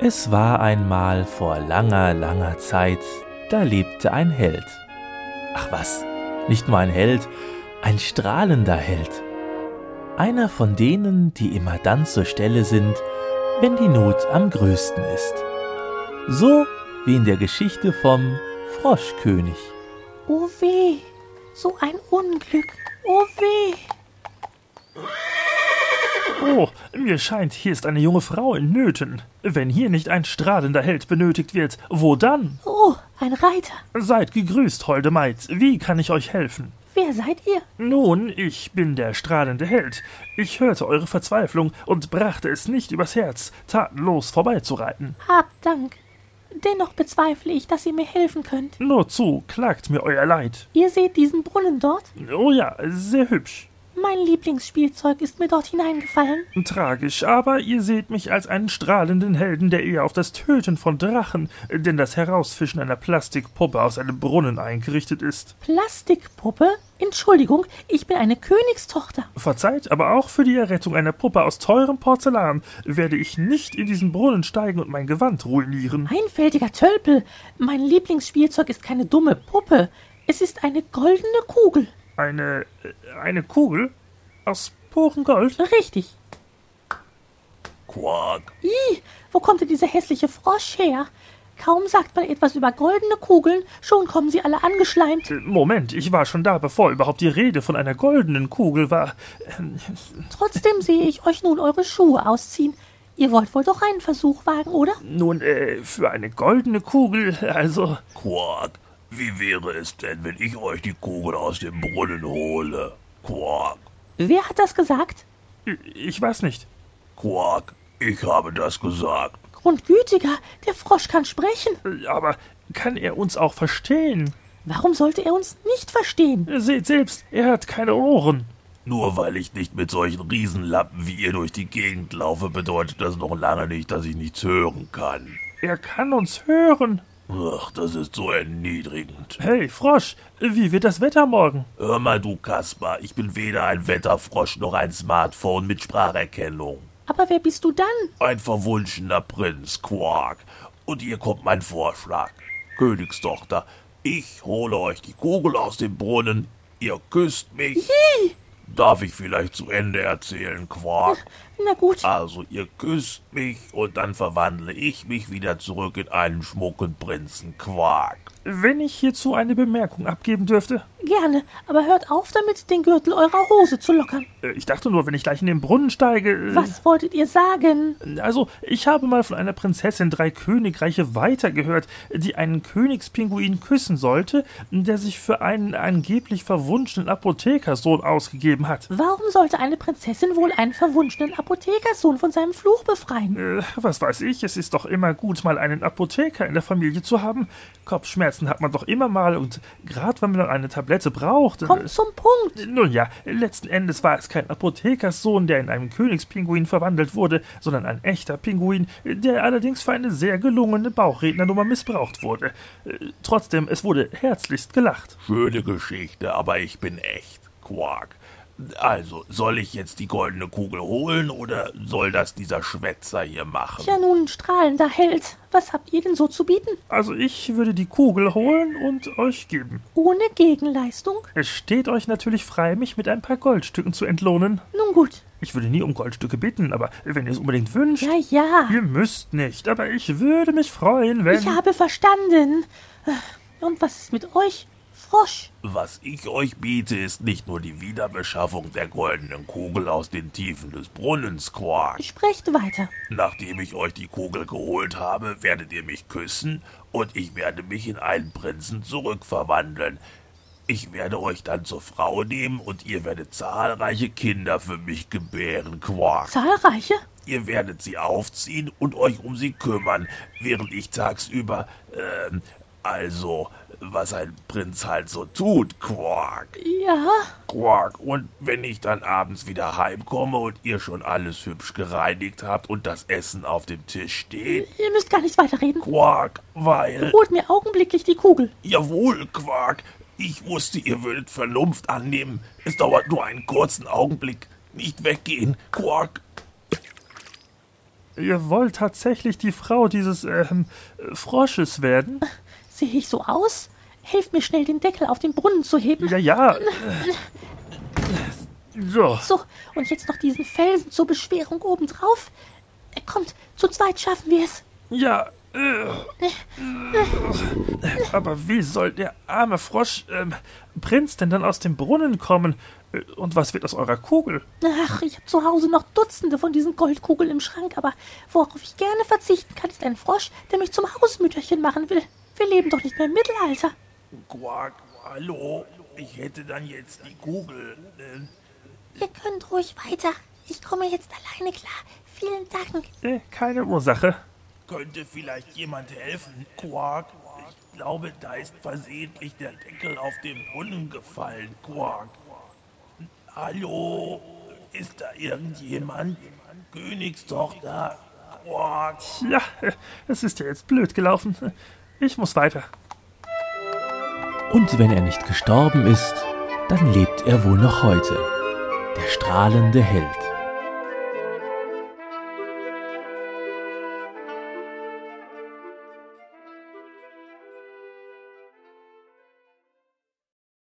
Es war einmal vor langer, langer Zeit, da lebte ein Held. Ach was, nicht nur ein Held, ein strahlender Held. Einer von denen, die immer dann zur Stelle sind, wenn die Not am größten ist. So wie in der Geschichte vom Froschkönig. Oh weh, so ein Unglück. Oh weh. Oh, mir scheint, hier ist eine junge Frau in Nöten. Wenn hier nicht ein strahlender Held benötigt wird, wo dann? Oh, ein Reiter. Seid gegrüßt, holde Maid. Wie kann ich euch helfen? Wer seid ihr? Nun, ich bin der strahlende Held. Ich hörte eure Verzweiflung und brachte es nicht übers Herz, tatenlos vorbeizureiten. Habt Dank. Dennoch bezweifle ich, dass ihr mir helfen könnt. Nur zu, klagt mir euer Leid. Ihr seht diesen Brunnen dort? Oh ja, sehr hübsch. Mein Lieblingsspielzeug ist mir dort hineingefallen. Tragisch, aber ihr seht mich als einen strahlenden Helden, der eher auf das Töten von Drachen, denn das Herausfischen einer Plastikpuppe aus einem Brunnen eingerichtet ist. Plastikpuppe? Entschuldigung, ich bin eine Königstochter. Verzeiht, aber auch für die Errettung einer Puppe aus teurem Porzellan werde ich nicht in diesen Brunnen steigen und mein Gewand ruinieren. Einfältiger Tölpel. Mein Lieblingsspielzeug ist keine dumme Puppe. Es ist eine goldene Kugel. Eine. äh, eine Kugel? Aus purem Gold? Richtig. Quark. Ih, wo kommt denn dieser hässliche Frosch her? Kaum sagt man etwas über goldene Kugeln, schon kommen sie alle angeschleimt. Äh, Moment, ich war schon da, bevor überhaupt die Rede von einer goldenen Kugel war. Trotzdem sehe ich euch nun eure Schuhe ausziehen. Ihr wollt wohl doch einen Versuch wagen, oder? Nun, äh, für eine goldene Kugel, also. Quark, wie wäre es denn, wenn ich euch die Kugel aus dem Brunnen hole? Quark, Wer hat das gesagt? äh, Ich weiß nicht. Quark, ich habe das gesagt. Grundgütiger, der Frosch kann sprechen. Äh, Aber kann er uns auch verstehen? Warum sollte er uns nicht verstehen? Seht selbst, er hat keine Ohren. Nur weil ich nicht mit solchen Riesenlappen wie ihr durch die Gegend laufe, bedeutet das noch lange nicht, dass ich nichts hören kann. Er kann uns hören. Ach, das ist so erniedrigend. Hey, Frosch, wie wird das Wetter morgen? Hör mal, du Kaspar, ich bin weder ein Wetterfrosch noch ein Smartphone mit Spracherkennung. Aber wer bist du dann? Ein verwunschener Prinz, Quark. Und hier kommt mein Vorschlag. Königstochter, ich hole euch die Kugel aus dem Brunnen, ihr küsst mich. Darf ich vielleicht zu Ende erzählen, Quark? Na gut, Also, ihr küsst mich und dann verwandle ich mich wieder zurück in einen schmucken Prinzen, Quark. Wenn ich hierzu eine Bemerkung abgeben dürfte. gerne, aber hört auf damit, den Gürtel eurer Hose zu lockern. Äh, Ich dachte nur, wenn ich gleich in den Brunnen steige. äh, Was wolltet ihr sagen? Also, ich habe mal von einer Prinzessin drei Königreiche weiter gehört, die einen Königspinguin küssen sollte, der sich für einen angeblich verwunschenen Apothekersohn ausgegeben hat. Warum sollte eine Prinzessin wohl einen verwunschenen Apothekerssohn von seinem Fluch befreien? Äh, was weiß ich, es ist doch immer gut, mal einen Apotheker in der Familie zu haben. Kopfschmerzen hat man doch immer mal und gerade wenn man dann eine Tablette braucht. äh, Kommt zum Punkt. Nun ja, letzten Endes war es kein Apothekerssohn, der in einen Königspinguin verwandelt wurde, sondern ein echter Pinguin, der allerdings für eine sehr gelungene Bauchrednernummer missbraucht wurde. Äh, Trotzdem, es wurde herzlichst gelacht. Schöne Geschichte, aber ich bin echt, Quark. Also, soll ich jetzt die goldene Kugel holen oder soll das dieser Schwätzer hier machen? Ja nun, strahlender Held, was habt ihr denn so zu bieten? Also ich würde die Kugel holen und euch geben. Ohne Gegenleistung? Es steht euch natürlich frei, mich mit ein paar Goldstücken zu entlohnen. Nun gut. Ich würde nie um Goldstücke bitten, aber wenn ihr es unbedingt wünscht. Ja, ja. Ihr müsst nicht, aber ich würde mich freuen, wenn. Ich habe verstanden. Äh, Und was ist mit euch? Frosch. Was ich euch biete, ist nicht nur die Wiederbeschaffung der goldenen Kugel aus den Tiefen des Brunnens, Quark. Sprecht weiter. Nachdem ich euch die Kugel geholt habe, werdet ihr mich küssen und ich werde mich in einen Prinzen zurückverwandeln. Ich werde euch dann zur Frau nehmen und ihr werdet zahlreiche Kinder für mich gebären, Quark. Zahlreiche? Ihr werdet sie aufziehen und euch um sie kümmern, während ich tagsüber, ähm, also, was ein Prinz halt so tut, Quark, Ja. Quark. Und wenn ich dann abends wieder heimkomme und ihr schon alles hübsch gereinigt habt und das Essen auf dem Tisch steht, Ihr müsst gar nicht weiterreden. Quark, weil, Holt mir augenblicklich die Kugel. jawohl, Quark, ich wusste, ihr würdet Vernunft annehmen. Es dauert nur einen kurzen Augenblick. Nicht weggehen, Quark. Ihr wollt tatsächlich die Frau dieses ähm, Frosches werden? Sehe ich so aus? Hilf mir schnell, den Deckel auf den Brunnen zu heben. Ja, ja. äh. So, So, und jetzt noch diesen Felsen zur Beschwerung obendrauf. Äh, Kommt, zu zweit schaffen wir es. ja. äh. Aber wie soll der arme Frosch, ähm, Prinz denn dann aus dem Brunnen kommen? Äh, Und was wird aus eurer Kugel? Ach, ich habe zu Hause noch Dutzende von diesen Goldkugeln im Schrank, aber worauf ich gerne verzichten kann, ist ein Frosch, der mich zum Hausmütterchen machen will. Wir leben doch nicht mehr im Mittelalter. Quark, hallo, ich hätte dann jetzt die Kugel. Ähm, Ihr könnt ruhig weiter. Ich komme jetzt alleine klar. Vielen Dank. Äh, keine Ursache. könnte vielleicht jemand helfen? Quark, ich glaube, da ist versehentlich der Deckel auf den Brunnen gefallen. Quark. Hallo, ist da irgendjemand? Königstochter, Quark. Ja, äh, es ist ja jetzt blöd gelaufen. Ich muss weiter. Und wenn er nicht gestorben ist, dann lebt er wohl noch heute. Der strahlende Held.